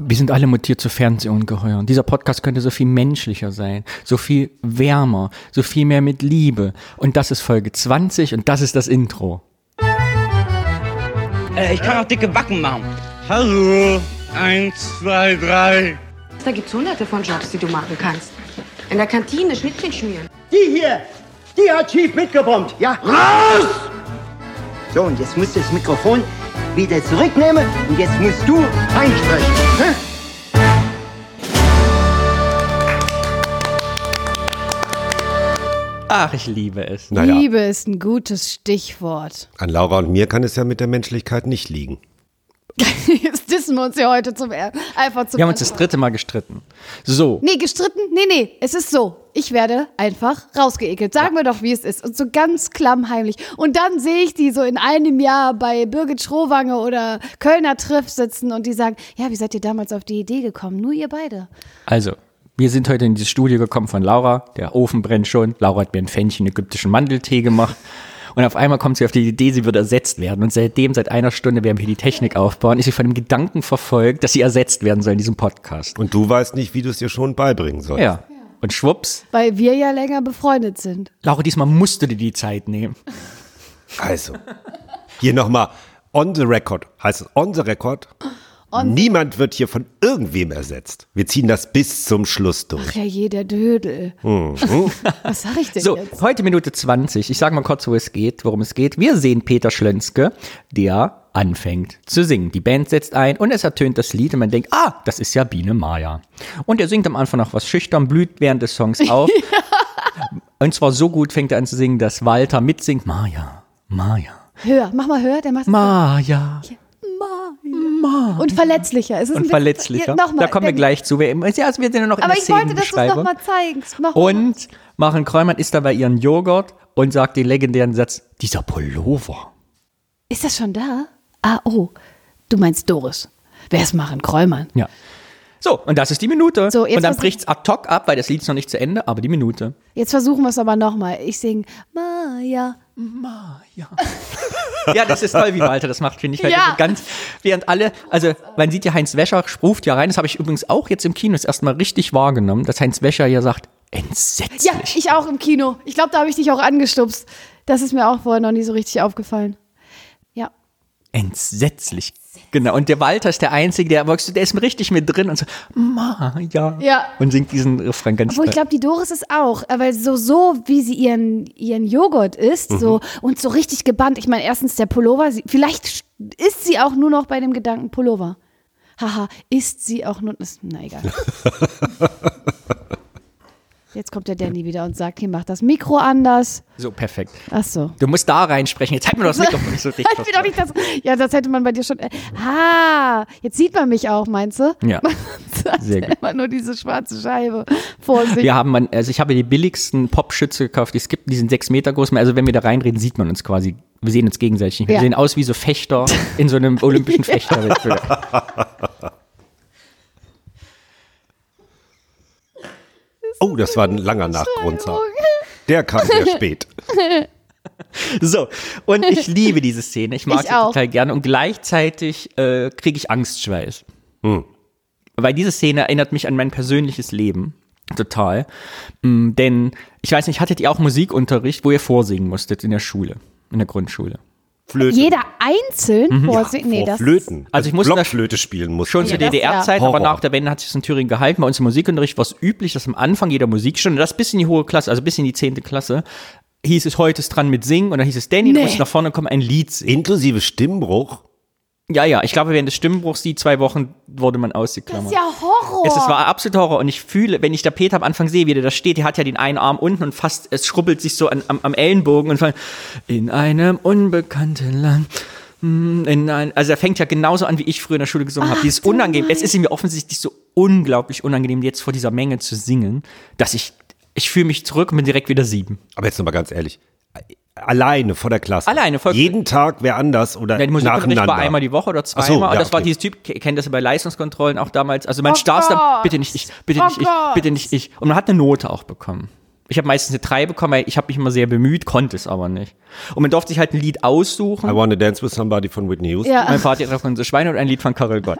wir sind alle mutiert zu Fernsehungeheuern. Dieser Podcast könnte so viel menschlicher sein, so viel wärmer, so viel mehr mit Liebe. Und das ist Folge 20 und das ist das Intro. Äh, ich kann auch dicke Backen machen. Hallo, eins, zwei, drei. Da gibt's hunderte von Jobs, die du machen kannst. In der Kantine Schnittchen schmieren. Die hier, die hat schief mitgebombt. Ja, raus! So, und jetzt musst du das Mikrofon wieder zurücknehmen und jetzt musst du einsprechen. Hä? Ach, ich liebe es. Naja, Liebe ist ein gutes Stichwort. an Laura und mir kann es ja mit der Menschlichkeit nicht liegen. Jetzt dissen wir uns ja heute zum er einfach zum Wir haben uns das dritte Mal gestritten. So, Nee, gestritten? Nee, nee, es ist so. Ich werde einfach rausgeekelt. Sagen wir doch, wie es ist. Und so ganz klammheimlich. Und dann sehe ich die so in einem Jahr bei Birgit Schrowange oder Kölner Triff sitzen und die sagen, ja, wie seid ihr damals auf die Idee gekommen? Nur ihr beide. also, wir sind heute in dieses Studio gekommen von Laura. Der Ofen brennt schon. Laura hat mir ein Fännchen ägyptischen Mandeltee gemacht. Und auf einmal kommt sie auf die Idee, sie wird ersetzt werden. Und seitdem, seit einer Stunde, während wir die Technik aufbauen, ist sie von dem Gedanken verfolgt, dass sie ersetzt werden soll in diesem Podcast. Und du weißt nicht, wie du es dir schon beibringen sollst. Ja. Und schwupps, Weil wir ja länger befreundet sind. Laura, diesmal musst du dir die Zeit nehmen. Also, hier nochmal, on the record, heißt es on the record? Niemand wird hier von irgendwem ersetzt. Wir ziehen das bis zum Schluss durch. Ach ja, jeder Dödel. Was sag ich denn Mhm. So, jetzt? heute Minute 20. Ich sage mal kurz, wo es geht, worum es geht. Wir sehen Peter Schlönske, der anfängt zu singen. Die Band setzt ein und es ertönt das Lied und man denkt, ah, das ist ja Biene Maya. Und er singt am Anfang noch was schüchtern, blüht während des Songs auf. Und zwar so gut fängt er an zu singen, dass Walter mitsingt, Maya, Maya, Höher, mach mal höher, der macht Maya. Und verletzlicher. Es ist ein Und bisschen- verletzlicher. Ja, noch mal. da kommen wir Wenn- gleich zu. Wir, ja, also wir sind ja noch in Aber der ich wollte, dass du es Szenenbeschreibung. nochmal zeigst. Mach mal. Und Maren Kräumann isst dabei ihren Joghurt und sagt den legendären Satz, dieser Pullover. Ist das schon da? Ah, oh. Du meinst Doris. Wer ist Maren Kräumann? Ja. So, und das ist die Minute. So, jetzt und dann was- bricht's ad hoc ab, weil das Lied ist noch nicht zu Ende, aber die Minute. Jetzt versuchen wir es aber nochmal. Ich singe Maya. Ja, das ist toll, wie Walter das macht, finde ich. Weil Ja. das so ganz, während alle, also man sieht ja, Heinz Wäscher ruft ja rein, das habe ich übrigens auch jetzt im Kino das erste Mal richtig wahrgenommen, dass Heinz Wäscher ja sagt, entsetzlich. Ja, ich auch im Kino. Ich glaube, da habe ich dich auch angestupst. Das ist mir auch vorher noch nie so richtig aufgefallen. Ja. Entsetzlich. Genau, und der Walter ist der Einzige, der, der ist richtig mit drin und so, Ma, ja. Ja. Und singt diesen Refrain ganz Obwohl, ich toll. glaube, die Doris ist auch, äh, weil so, so wie sie ihren, ihren Joghurt isst Mhm. so, und so richtig gebannt. Ich meine, erstens der Pullover, sie, vielleicht sch- isst sie auch nur noch bei dem Gedanken Pullover. Haha, isst sie auch nur, ist, na egal. Jetzt kommt der Danny wieder und sagt, hier, mach das Mikro anders. So, perfekt. Ach so. Du musst da reinsprechen. Jetzt halt mir doch das Mikrofon. Ich so dick Ich bin doch nicht das. Ja, das hätte man bei dir schon. äh, Ah, jetzt sieht man mich auch, meinst du? Ja. Sehr Sehr gut. gut. Immer nur diese schwarze Scheibe vor sich. wir haben, man, also ich habe die billigsten Popschütze gekauft, die es gibt, die sind sechs Meter groß. Also wenn wir da reinreden, sieht man uns quasi. Wir sehen uns gegenseitig nicht mehr. Ja. Wir sehen aus wie so Fechter in so einem olympischen Fechterwettbewerb. Oh, das war ein langer Nachgrunzer. Der kam sehr spät. So, und ich liebe diese Szene. Ich mag Ich sie auch. total gerne. Und gleichzeitig äh, kriege ich Angstschweiß. Weil diese Szene erinnert mich an mein persönliches Leben. Total. Mm, denn, ich weiß nicht, hattet ihr auch Musikunterricht, wo ihr vorsingen musstet in der Schule, in der Grundschule? Flöte. Jeder einzeln vor sich. Nee, Vor das Flöten. Also ich muss das- Blockflöte spielen muss. Schon zur das- DDR-Zeit, ja. aber Horror. nach der Wende hat sich das in Thüringen gehalten. Bei uns im Musikunterricht war es üblich, dass am Anfang jeder Musikstunde, das bis in die hohe Klasse, also bis in die zehnte Klasse, hieß es, heute ist dran mit Singen und dann hieß es, Danny, du Nee. musst nach vorne kommen, ein Lied singen. Inklusive Stimmbruch. Ja, ja, ich glaube, während des Stimmbruchs, die zwei Wochen, wurde man ausgeklammert. Das ist ja Horror. Es ist, war absolut Horror und ich fühle, wenn ich da Peter am Anfang sehe, wie der da steht, der hat ja den einen Arm unten und fast, es schrubbelt sich so an, am, am Ellenbogen und fängt in einem unbekannten Land. mm, In ein, also er fängt ja genauso an, wie ich früher in der Schule gesungen habe. Dieses unangenehm, es ist ihm ja offensichtlich so unglaublich unangenehm, jetzt vor dieser Menge zu singen, dass ich, ich fühle mich zurück und bin direkt wieder sieben. Aber jetzt nochmal ganz ehrlich. Alleine vor der Klasse. Alleine vor- Jeden Tag wer anders oder Ja, die Musikunterricht nacheinander. war einmal die Woche oder zweimal. Ach so, ja, und das war okay. dieses Typ, ke- kennt das ja bei Leistungskontrollen auch damals. Also man Oh starb dann, Gott. bitte nicht ich, bitte Oh nicht ich, Gott. bitte nicht ich. Und man hat eine Note auch bekommen. Ich habe meistens eine 3 bekommen, weil ich habe mich immer sehr bemüht, konnte es aber nicht. Und man durfte sich halt ein Lied aussuchen. I Wanna Dance with Somebody von Whitney Houston. Ja. Mein Vater hat von Schweine und ein Lied von Karel Gott.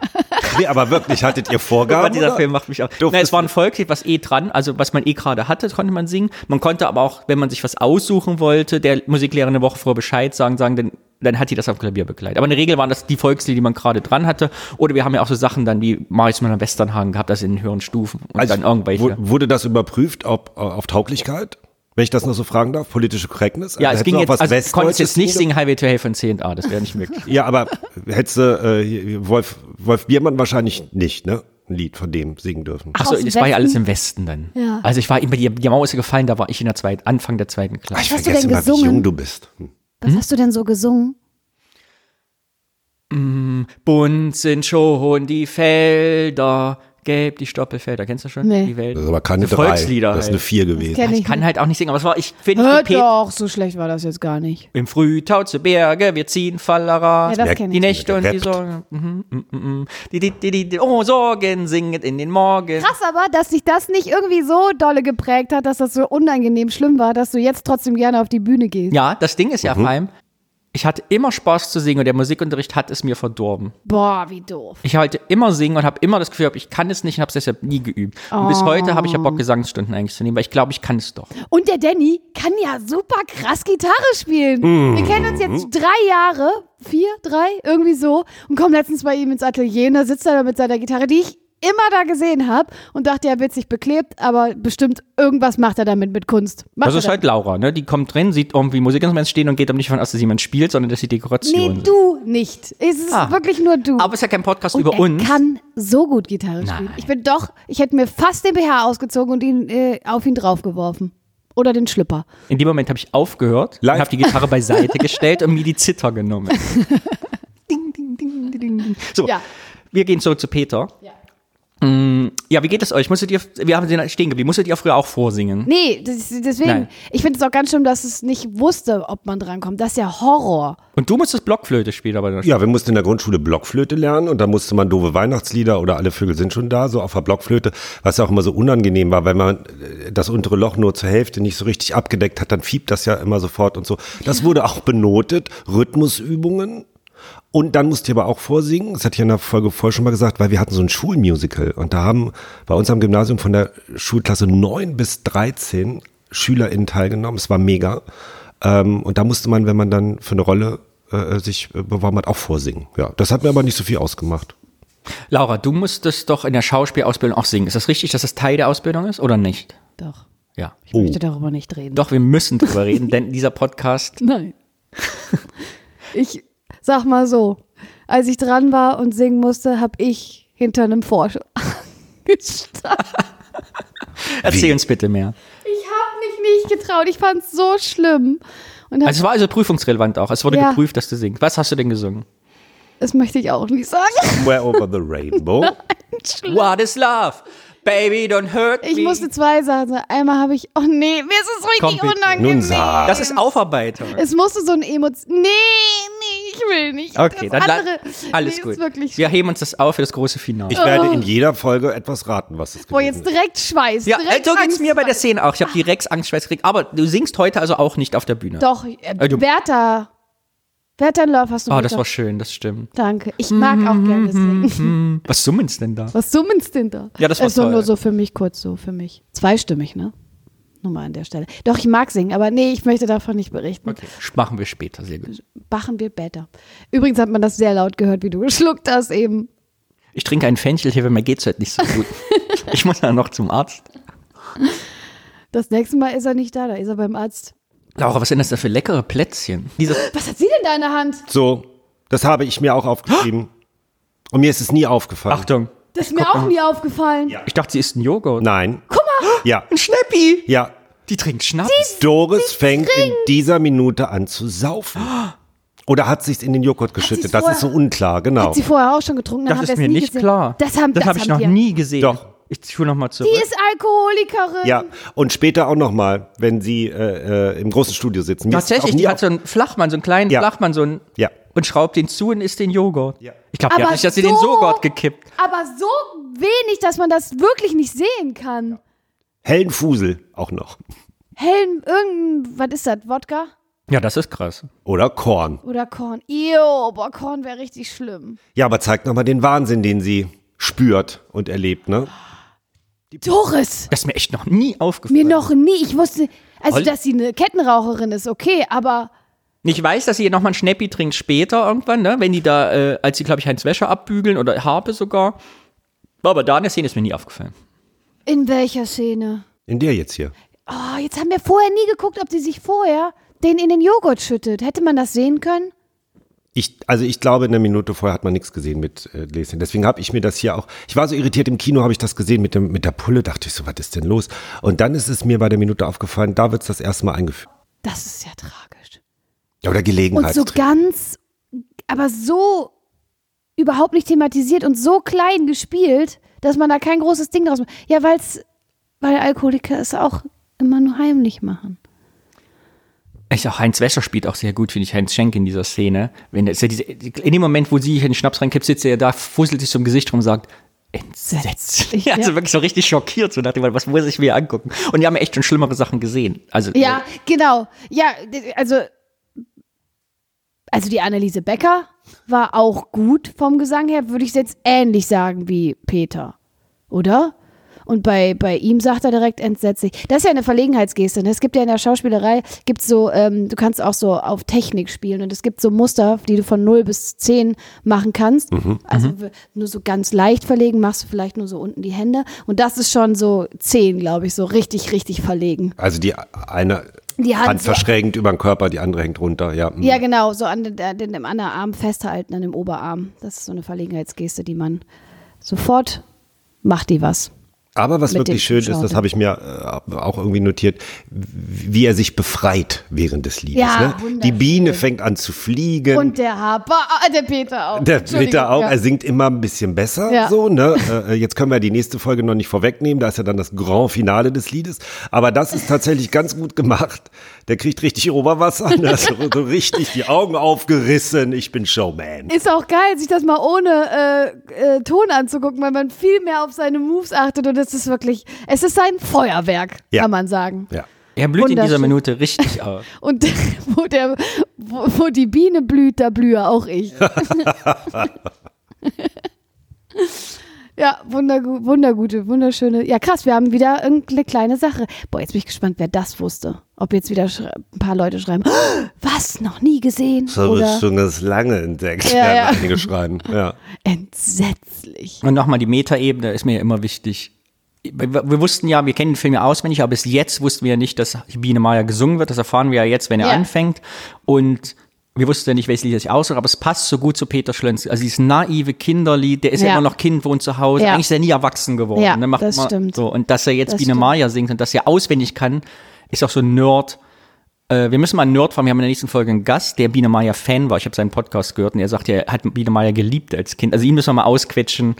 Nee, aber wirklich, hattet ihr Aber Vorgaben? dieser oder? Film macht mich auch. Na, es war ein Volkslied, was eh dran, also was man eh gerade hatte, konnte man singen. Man konnte aber auch, wenn man sich was aussuchen wollte, der Musiklehrer eine Woche vorher Bescheid sagen, sagen, dann, dann hat die das am Klavier begleitet. Aber in der Regel waren das die Volkslieder, die man gerade dran hatte. Oder wir haben ja auch so Sachen dann wie Marius Müller Westernhagen gehabt, das in den höheren Stufen und Also, dann irgendwelche. wu- Wurde das überprüft ob, äh, auf Tauglichkeit? Wenn ich das noch so fragen darf, politische Correctness? ja, Also, es hättest ging du auch jetzt, also du konntest Westdeutsches jetzt nicht tun? singen Highway to Hell von 10a, das wäre nicht möglich. Ja, aber hättest du äh, hier, Wolf, Wolf Biermann wahrscheinlich nicht, ne? Ein Lied von dem singen dürfen. Ach so, Aus dem es war ja Westen? alles im Westen dann. Ja. Also ich war immer, die, die Mauer ist ja gefallen, da war ich in der zweiten, Anfang der zweiten Klasse. ich hast du vergesse denn immer, wie gesungen? jung du bist. Hm. Was hast du denn so gesungen? Bunt sind schon die Felder, gelb die Stoppelfelder. Kennst du schon? Nee. Die Welt. Das ist aber keine Diese drei. Volkslieder Das ist halt. eine vier gewesen. kenn Ich kann halt auch nicht singen, aber es war, ich finde, Hört doch, so schlecht war das jetzt gar nicht. im Frühtau zu Berge, wir ziehen Fallera. Ja, ne- das merkt kenne die ich. Nächte und die Gerappt. Sorgen. Mhm, mhm, mhm. Die, die, die, die, die, oh, Sorgen singen in den Morgen. Krass aber, dass dich das nicht irgendwie so dolle geprägt hat, dass das so unangenehm schlimm war, dass du jetzt trotzdem gerne auf die Bühne gehst. Ja, das Ding ist ja Mhm. vor allem, ich hatte immer Spaß zu singen und der Musikunterricht hat es mir verdorben. Boah, wie doof. Ich wollte immer singen und habe immer das Gefühl, gehabt, ich kann es nicht und habe es deshalb nie geübt. Und Oh. bis heute habe ich ja Bock, Gesangsstunden eigentlich zu nehmen, weil ich glaube, ich kann es doch. Und der Danny kann ja super krass Gitarre spielen. Wir kennen uns Mhm. jetzt drei Jahre, vier, drei, irgendwie so. Und kommen letztens bei ihm ins Atelier und da sitzt er da mit seiner Gitarre, die ich immer da gesehen habe und dachte, er wird sich beklebt, aber bestimmt irgendwas macht er damit mit Kunst. Macht Das ist er halt Laura, ne? Die kommt drin, sieht irgendwie Musikinstrumente stehen und geht aber nicht davon aus, dass jemand spielt, sondern dass die Nee, Dekoration. du nicht. Es ist Ah. wirklich nur du. aber es ist ja kein Podcast und über er uns. kann so gut Gitarre spielen. Ich bin doch, ich hätte mir fast den BH ausgezogen und ihn äh, auf ihn draufgeworfen. Oder den Schlipper. In dem Moment habe ich aufgehört, Live. habe die Gitarre beiseite gestellt und mir die Zither genommen. ding, ding, ding, ding, ding. So, Ja. wir gehen zurück zu Peter. Ja. Ja, wie geht es euch? Musstet ihr, wir haben den stehen geblieben. Musstet ihr früher auch vorsingen? Nee, das, deswegen, Nein. ich finde es auch ganz schlimm, dass es nicht wusste, ob man drankommt. Das ist ja Horror. Und du musstest Blockflöte spielen, aber Ja, wir mussten in der Grundschule Blockflöte lernen und da musste man doofe Weihnachtslieder oder alle Vögel sind schon da, so auf der Blockflöte, was ja auch immer so unangenehm war, weil man äh, das untere Loch nur zur Hälfte nicht so richtig abgedeckt hat, dann fiebt das ja immer sofort und so. Das wurde auch benotet, Rhythmusübungen. Und dann musste ich aber auch vorsingen, das hatte ich in der Folge vorher schon mal gesagt, weil wir hatten so ein Schulmusical und da haben bei uns am Gymnasium von der Schulklasse 9 bis 13 SchülerInnen teilgenommen, es war mega. Ähm, und da musste man, wenn man dann für eine Rolle äh, sich äh, beworben hat, auch vorsingen. Ja, das hat mir aber nicht so viel ausgemacht. Laura, du musstest doch in der Schauspielausbildung auch singen. Ist das richtig, dass das Teil der Ausbildung ist oder nicht? Doch. Ja. Oh. Ich möchte darüber nicht reden. Oh. Doch, wir müssen drüber reden, denn dieser Podcast. Nein. ich sag mal so, als ich dran war und singen musste, habe ich hinter einem Vorschlag gestanden. Erzähl uns bitte mehr. Ich habe mich nicht getraut. Ich fand es so schlimm. Und hab, Also es war also prüfungsrelevant auch. Es wurde Ja. geprüft, dass du singst. Was hast du denn gesungen? das möchte ich auch nicht sagen. Where over the rainbow. What is love? Baby, don't hurt me. Ich musste zwei Sachen sagen. Einmal habe ich, oh nee, mir ist es richtig Komm bitte. unangenehm. Nun sag. das ist Aufarbeitung. Es musste so ein Emotion. Nee, nee, ich will nicht. Okay, das dann la- andere, alles nee, gut. Ist wirklich wir heben uns das auf für das große Finale. Ich werde in jeder Folge etwas raten, was es Boah, gewesen jetzt direkt Schweiß. ja, direkt äh, so geht's Angst. mir bei der Szene auch. Ich habe die Rex Angstschweiß gekriegt. Aber du singst heute also auch nicht auf der Bühne. Doch, äh, Ah, du- Bertha. Bertha in Love hast du Oh, mir das doch- war schön, das stimmt. Danke. Ich mag auch gerne singen. Was summen's denn da? Was summen's denn da? Ja, das war Es war toll. Also nur so für mich kurz so, für mich. Zweistimmig, ne? Nur mal an der Stelle. Doch, ich mag singen, aber nee, ich möchte davon nicht berichten. Okay. Machen wir später, sehr gut. Machen wir Bertha. Übrigens hat man das sehr laut gehört, wie du geschluckt hast eben. Ich trinke einen Fenchel hier, weil mir geht's heute nicht so gut. ich muss ja noch zum Arzt. Das nächste Mal ist er nicht da, da ist er beim Arzt. Laura, was sind das da für leckere Plätzchen? Dieses Was hat sie denn da in der Hand? ist. So, das habe ich mir auch aufgeschrieben. Und mir ist es nie aufgefallen. Achtung. Das ist mir auch nie aufgefallen. Ich dachte, sie isst einen Joghurt. Nein. Guck mal. Ja, Ein Schnäppi. ja. Die trinkt Schnaps. Doris fängt in dieser Minute an zu saufen. Oder hat sich's in den Joghurt geschüttet? sie's Das ist so vorher- unklar, genau. Hat sie vorher auch schon getrunken, dann das haben wir ist es mir nie nicht gesehen. klar. Das haben, das das habe ich haben noch wir. nie gesehen. Doch. Ich tue nochmal zurück. Die ist Alkoholikerin. Ja, und später auch nochmal, wenn sie äh, äh, im großen Studio sitzen. Mir ist es auch Tatsächlich, nie die auf- hat so einen Flachmann, so einen kleinen Ja. Flachmann, so einen. Ja. Und schraubt den zu und isst den Joghurt. Ja. Ich glaube, die hat Aber nicht, dass sie so- den Joghurt gekippt. Aber so wenig, dass man das wirklich nicht sehen kann. Hellen Fusel auch noch. hellen, irgendein, was ist das, Wodka? Ja, das ist krass. Oder Korn. Oder Korn? Ew, boah, Korn wäre richtig schlimm. Ja, aber zeigt nochmal den Wahnsinn, den sie spürt und erlebt, ne? Doris, Das ist mir echt noch nie aufgefallen. mir noch nie, ich wusste, also, Ol- dass sie eine Kettenraucherin ist, okay, aber Ich weiß, dass sie nochmal einen Schnäppi trinkt später irgendwann, ne? Wenn die da, äh, als sie, glaube ich, Heinz Wäscher abbügeln oder Harpe sogar. Aber da in der Szene ist mir nie aufgefallen. in welcher Szene? In der jetzt hier. Oh, jetzt haben wir vorher nie geguckt, ob sie sich vorher den in den Joghurt schüttet. Hätte man das sehen können? Ich, also ich glaube, in der Minute vorher hat man nichts gesehen mit äh, Lesen. Deswegen habe ich mir das hier auch. Ich war so irritiert im Kino, habe ich das gesehen mit, dem, mit der Pulle, dachte ich so, was ist denn los? Und dann ist es mir bei der Minute aufgefallen, da wird es das erste Mal eingeführt. Das ist ja tragisch. Oder Und Gelegenheit. so ganz, aber so überhaupt nicht thematisiert und so klein gespielt, dass man da kein großes Ding draus macht. Ja, weil's, weil Alkoholiker es auch immer nur heimlich machen. Ich auch Heinz Wäscher spielt auch sehr gut, finde ich, Heinz Schenk in dieser Szene. Wenn das ist ja diese, in dem Moment, wo sie hier den Schnaps reinkippt, sitzt er ja da, fusselt sich so im Gesicht rum und sagt, entsetzt. Entsetzt, Ja, also ja. wirklich so richtig schockiert, so nach dem Motto, was muss ich mir angucken? Und die haben echt schon schlimmere Sachen gesehen. Also, Ja, genau. Ja, d- also, also die Anneliese Becker war auch gut vom Gesang her, würde ich jetzt ähnlich sagen wie Peter, oder? Und bei, bei ihm sagt er direkt entsetzlich. Das ist ja eine Verlegenheitsgeste. Ne? Es gibt ja in der Schauspielerei, gibt's so, ähm, du kannst auch so auf Technik spielen und es gibt so Muster, die du von 0 bis 10 machen kannst. Also w- nur so ganz leicht verlegen, machst du vielleicht nur so unten die Hände. Und das ist schon so 10, glaube ich, so richtig, richtig verlegen. also die eine Die Hand Hand so- verschrägend über den Körper, die andere hängt runter. Ja, mhm. Ja, genau, so an den, an dem anderen Arm festhalten, an dem Oberarm. Das ist so eine Verlegenheitsgeste, die man sofort macht, die was. Aber was Mit wirklich dem schön ist, Zuschauer. das habe ich mir äh, auch irgendwie notiert, wie er sich befreit während des Liedes. Ja, ne? wunderschön. Die Biene fängt an zu fliegen. Und der Harper, ah, der Peter auch. Der Entschuldigung, Peter auch, Also ja. er singt immer ein bisschen besser. Ja. So, ne? äh, jetzt können wir die nächste Folge noch nicht vorwegnehmen, da ist ja dann das Grand Finale des Liedes. Aber das ist tatsächlich ganz gut gemacht. Der kriegt richtig Oberwasser, ne? so, so richtig die Augen aufgerissen. Ich bin Showman. Ist auch geil, sich das mal ohne äh, äh, Ton anzugucken, weil man viel mehr auf seine Moves achtet und es ist wirklich, es ist sein Feuerwerk, Ja. kann man sagen. Ja. er blüht in dieser Wunderschön. Minute richtig auf. Und wo, der, wo, wo die Biene blüht, da blühe auch ich. ja, wundergu wundergute, wunderschöne. Ja, krass, wir haben wieder irgendeine kleine Sache. Boah, jetzt bin ich gespannt, wer das wusste. Ob jetzt wieder schre- ein paar Leute schreiben, "Oh, was, noch nie gesehen? Das habe ich Oder schon ganz lange entdeckt, Ja, werden ja. einige schreiben. Ja. entsetzlich. Und nochmal die Metaebene ist mir ja immer wichtig. Wir wir wussten ja, wir kennen den Film ja auswendig, aber bis jetzt wussten wir ja nicht, dass Biene Maya gesungen wird. Das erfahren wir ja jetzt, wenn er Ja. anfängt. Und wir wussten ja nicht, welches Lied sich aussucht, aber es passt so gut zu Peter Schlönz. Also dieses naive Kinderlied, der ist ja, Ja. immer noch Kind, wohnt zu Hause. Ja. Eigentlich ist er nie erwachsen geworden. Ja, ne? Macht das mal stimmt. So. Und dass er jetzt Das Biene stimmt. Maya singt und dass er auswendig kann, ist auch so ein Nerd. Äh, Wir müssen mal einen Nerd fragen. Wir haben in der nächsten Folge einen Gast, der Biene Meier Fan war. Ich habe seinen Podcast gehört und er sagt, er hat Biene Meier geliebt als Kind. Also ihn müssen wir mal ausquetschen,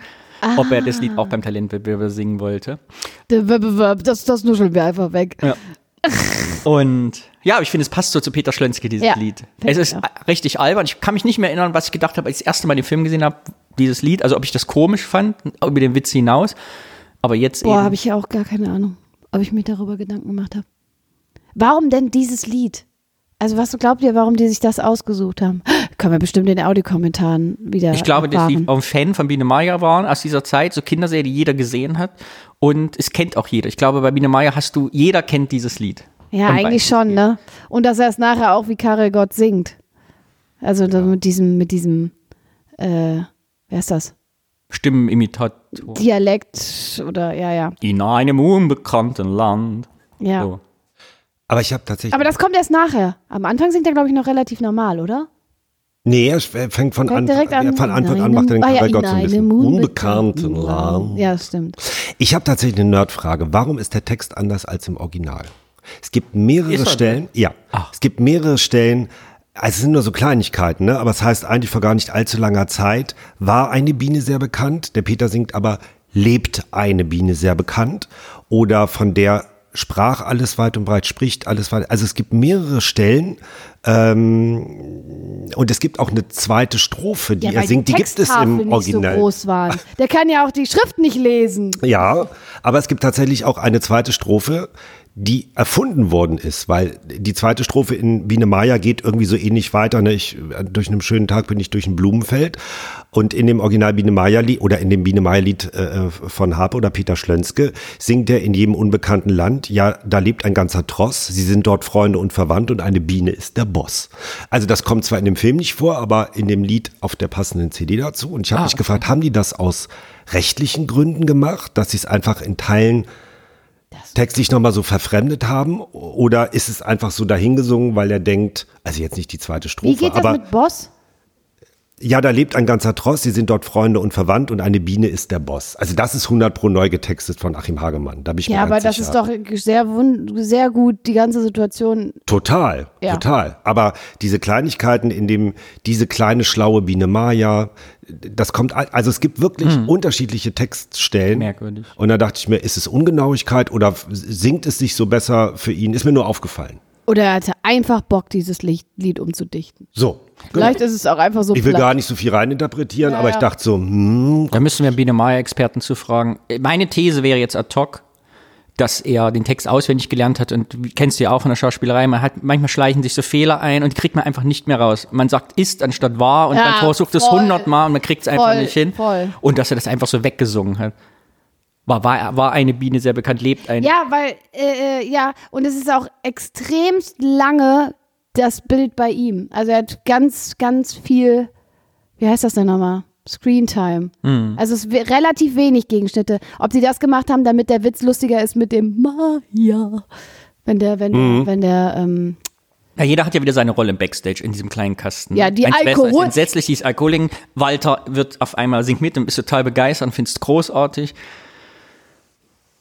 ob er das Ah. Lied auch beim Talentwettbewerb singen wollte. Das, das nuscheln wir einfach weg. Und ja, ich finde, es passt so zu Peter Schlönzke, dieses Ja, Lied. finde Es ich ist auch. richtig albern. Ich kann mich nicht mehr erinnern, was ich gedacht habe, als ich das erste Mal den Film gesehen habe, dieses Lied. Also ob ich das komisch fand, über den Witz hinaus. Aber jetzt Boah, eben. habe ich ja auch gar keine Ahnung, ob ich mir darüber Gedanken gemacht habe. Warum denn dieses Lied? Also was glaubt ihr, warum die sich das ausgesucht haben? Können wir bestimmt in den Audiokommentaren wieder Ich glaube, dass die erfahren. auch ein Fan von Biene Meier waren aus dieser Zeit, so Kinderserie, die jeder gesehen hat. Und es kennt auch jeder. Ich glaube, bei Biene Meier hast du, jeder kennt dieses Lied. Ja, Und eigentlich weiß- schon, ne? Und dass er es nachher auch wie Karel Gott singt. Also da mit diesem, mit diesem, äh, wer ist das? Stimmenimitator. Dialekt oder, ja, ja. In einem unbekannten Land. ja. So. Aber ich habe tatsächlich. Aber das kommt erst nachher. Am Anfang singt er, glaube ich, noch relativ normal, oder? nee, er fängt von, Fängt direkt er an. von Anfang an, In macht er den einem- ah, ja, Karel Gott in so ein einem bisschen unbekannten Land. Ja, stimmt. Ich habe tatsächlich eine Nerdfrage. Warum ist der Text anders als im Original? Es gibt mehrere Ist er- Stellen. Ja. Ah. Es gibt mehrere Stellen. Also es sind nur so Kleinigkeiten, ne? Aber es heißt eigentlich vor gar nicht allzu langer Zeit war eine Biene sehr bekannt. Der Peter singt aber lebt eine Biene sehr bekannt oder von der sprach alles weit und breit, spricht alles weit. Also es gibt mehrere Stellen, Ähm, und es gibt auch eine zweite Strophe, die Ja, er weil die singt. Die gibt es Texttafeln im nicht Original. so groß waren. Der kann ja auch die Schrift nicht lesen. Ja, aber es gibt tatsächlich auch eine zweite Strophe, die erfunden worden ist, weil die zweite Strophe in Biene Maya geht irgendwie so ähnlich weiter. Ne? Ich, äh, durch einen schönen Tag bin ich durch ein Blumenfeld. Und in dem Original Biene Maya Lied oder in dem Biene Maya Lied äh, von Harpe oder Peter Schlönske singt er in jedem unbekannten Land, ja, da lebt ein ganzer Tross, sie sind dort Freunde und Verwandt und eine Biene ist der Boss. Also das kommt zwar in dem Film nicht vor, aber in dem Lied auf der passenden CD dazu. Und ich Ah, habe mich gefragt, haben die das aus rechtlichen Gründen gemacht, dass sie es einfach in Teilen textlich nochmal so verfremdet haben? Oder ist es einfach so dahingesungen, weil er denkt, also jetzt nicht die zweite Strophe, Wie geht das aber mit Boss? ja, da lebt ein ganzer Tross, sie sind dort Freunde und verwandt und eine Biene ist der Boss. Also das ist 100 pro neu getextet von Achim Hagemann, da bin ich mir Ja, aber ganz das sicher. ist doch sehr, wund sehr gut, die ganze Situation. Total, Ja. total. Aber diese Kleinigkeiten in dem, diese kleine schlaue Biene Maya, das kommt, al- also es gibt wirklich unterschiedliche Textstellen. Merkwürdig. Und da dachte ich mir, ist es Ungenauigkeit oder f- singt es sich so besser für ihn? Ist mir nur aufgefallen. Oder er hatte einfach Bock, dieses Lied, Lied umzudichten. So. genau. Vielleicht ist es auch einfach so Ich will platt. gar nicht so viel reininterpretieren, aber ich ja. dachte so, hm, Da müssen wir Biene Maya-Experten zu fragen. Meine These wäre jetzt ad hoc, dass er den Text auswendig gelernt hat und wie- kennst du ja auch von der Schauspielerei, man hat, manchmal schleichen sich so Fehler ein und die kriegt man einfach nicht mehr raus. Man sagt ist anstatt war und Ja, man versucht es voll. hundertmal und man kriegt es einfach Voll, nicht hin. voll. Und dass er das einfach so weggesungen hat. War, war, war eine Biene sehr bekannt, lebt eine. Ja, weil, äh, äh, ja, und es ist auch extremst lange das Bild bei ihm. Also er hat ganz, ganz viel, wie heißt das denn nochmal? Screentime. Also es ist relativ wenig Gegenschnitte. Ob sie das gemacht haben, damit der Witz lustiger ist mit dem Maya. Wenn der, wenn, wenn der, ähm, Ja, jeder hat ja wieder seine Rolle im Backstage in diesem kleinen Kasten. Ja, die Mein Schwester Alkohol- ist entsetzlich, die ist Alkoholin. Walter wird auf einmal singt mit und ist total begeistert und find's großartig.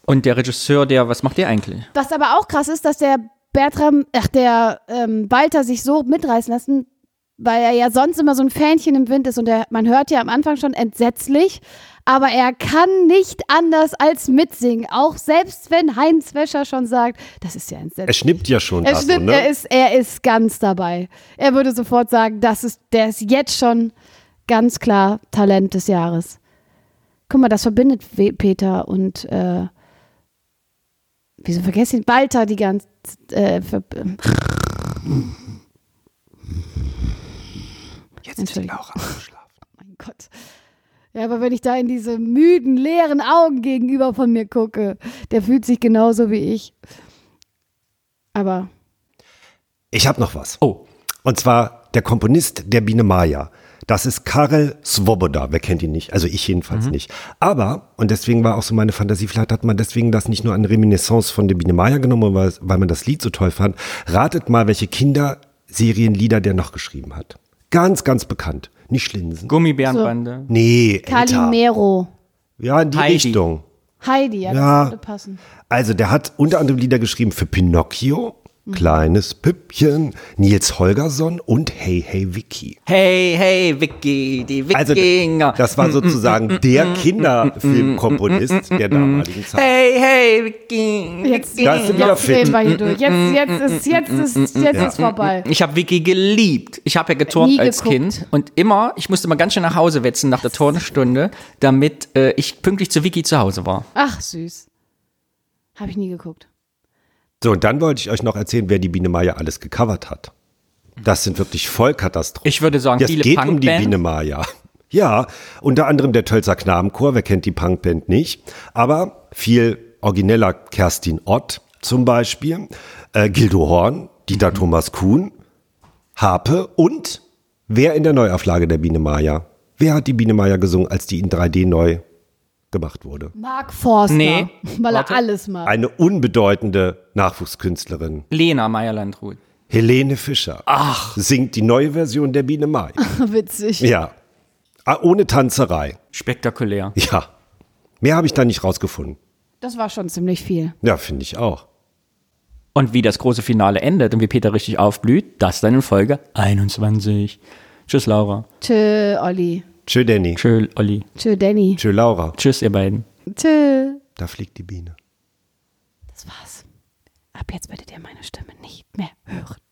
Und der Regisseur, der, was macht der eigentlich? was aber auch krass ist, dass der Bertram, ach, der ähm, Walter sich so mitreißen lassen, weil er ja sonst immer so ein Fähnchen im Wind ist und er, man hört ja am Anfang schon entsetzlich, aber er kann nicht anders als mitsingen, auch selbst wenn Heinz Wäscher schon sagt, das ist ja er entsetzlich. schnippt ja schon Er, was, stimmt, ne? er, ist, er ist ganz dabei. Er würde sofort sagen, das ist, der ist jetzt schon ganz klar Talent des Jahres. Guck mal, das verbindet We- Peter und äh, wieso vergesse ich Walter die ganze äh, ver- Jetzt ist die Entschuldigung. Laura ausgeschlafen. Mein Gott. Ja, aber wenn ich da in diese müden, leeren Augen gegenüber von mir gucke, der fühlt sich genauso wie ich. Aber Ich habe noch was. Oh. Und zwar der Komponist der Biene Maya. Das ist Karel Svoboda. Wer kennt ihn nicht? Also ich Mhm. jedenfalls nicht. Aber, und deswegen war auch so meine Fantasie, vielleicht hat man deswegen das nicht nur an Reminiscence von der Biene Maya genommen, weil, weil man das Lied so toll fand. Ratet mal, welche Kinderserienlieder der noch geschrieben hat. Ganz, ganz bekannt. Nicht Schlinsen. Gummibärenbande. Nee, älter. Calimero, Ja, in die Heidi. Richtung. Heidi, ja, Ja. das würde passen. Also der hat unter anderem Lieder geschrieben für Pinocchio, Kleines Püppchen, Nils Holgersson und Hey Hey Vicky. Hey, hey, Vicky, die Also Wikinger. das war sozusagen der Kinderfilmkomponist der damaligen Zeit. hey, hey, Vicky. Jetzt, Mm, Da ist sie wieder jetzt fit. drehen wir hier durch. Jetzt, jetzt ist, jetzt ist, jetzt ist vorbei. Ich habe Vicky geliebt. Ich habe ja geturnt Nie als geguckt. Kind und immer, ich musste mal ganz schön nach Hause wetzen nach der Turnstunde, damit äh, ich pünktlich zu Vicky zu Hause war. Ach, süß. Habe ich nie geguckt. So, und dann wollte ich euch noch erzählen, wer die Biene Maya alles gecovert hat. Das sind wirklich Vollkatastrophen. Ich würde sagen, es viele geht um die Punkbands. Biene Maya. Ja, unter anderem der Tölzer Knabenchor, wer kennt die Punkband nicht? Aber viel origineller Kerstin Ott zum Beispiel, äh, Gildo Horn, Dieter Mhm. Thomas Kuhn, Harpe und wer in der Neuauflage der Biene Maya? Wer hat die Biene Maya gesungen, als die in 3D neu gemacht wurde? Mark Forster, Nee. weil Warte. er alles mag. Eine unbedeutende Nachwuchskünstlerin. Lena Meyer-Landrut. Helene Fischer Ach. singt die neue Version der Biene Mai. Witzig. Ja. Ah, ohne Tanzerei. Spektakulär. Ja. Mehr habe ich da nicht rausgefunden. Das war schon ziemlich viel. Ja, finde ich auch. Und wie das große Finale endet und wie Peter richtig aufblüht, das dann in Folge 21. Tschüss, Laura. Tschö, Olli. Tschö, Danny. Tschö, Olli. Tschö, Danny. Tschö, Laura. Tschüss, ihr beiden. Tschö. Da fliegt die Biene. Das war's. Ab jetzt werdet ihr meine Stimme nicht mehr hören.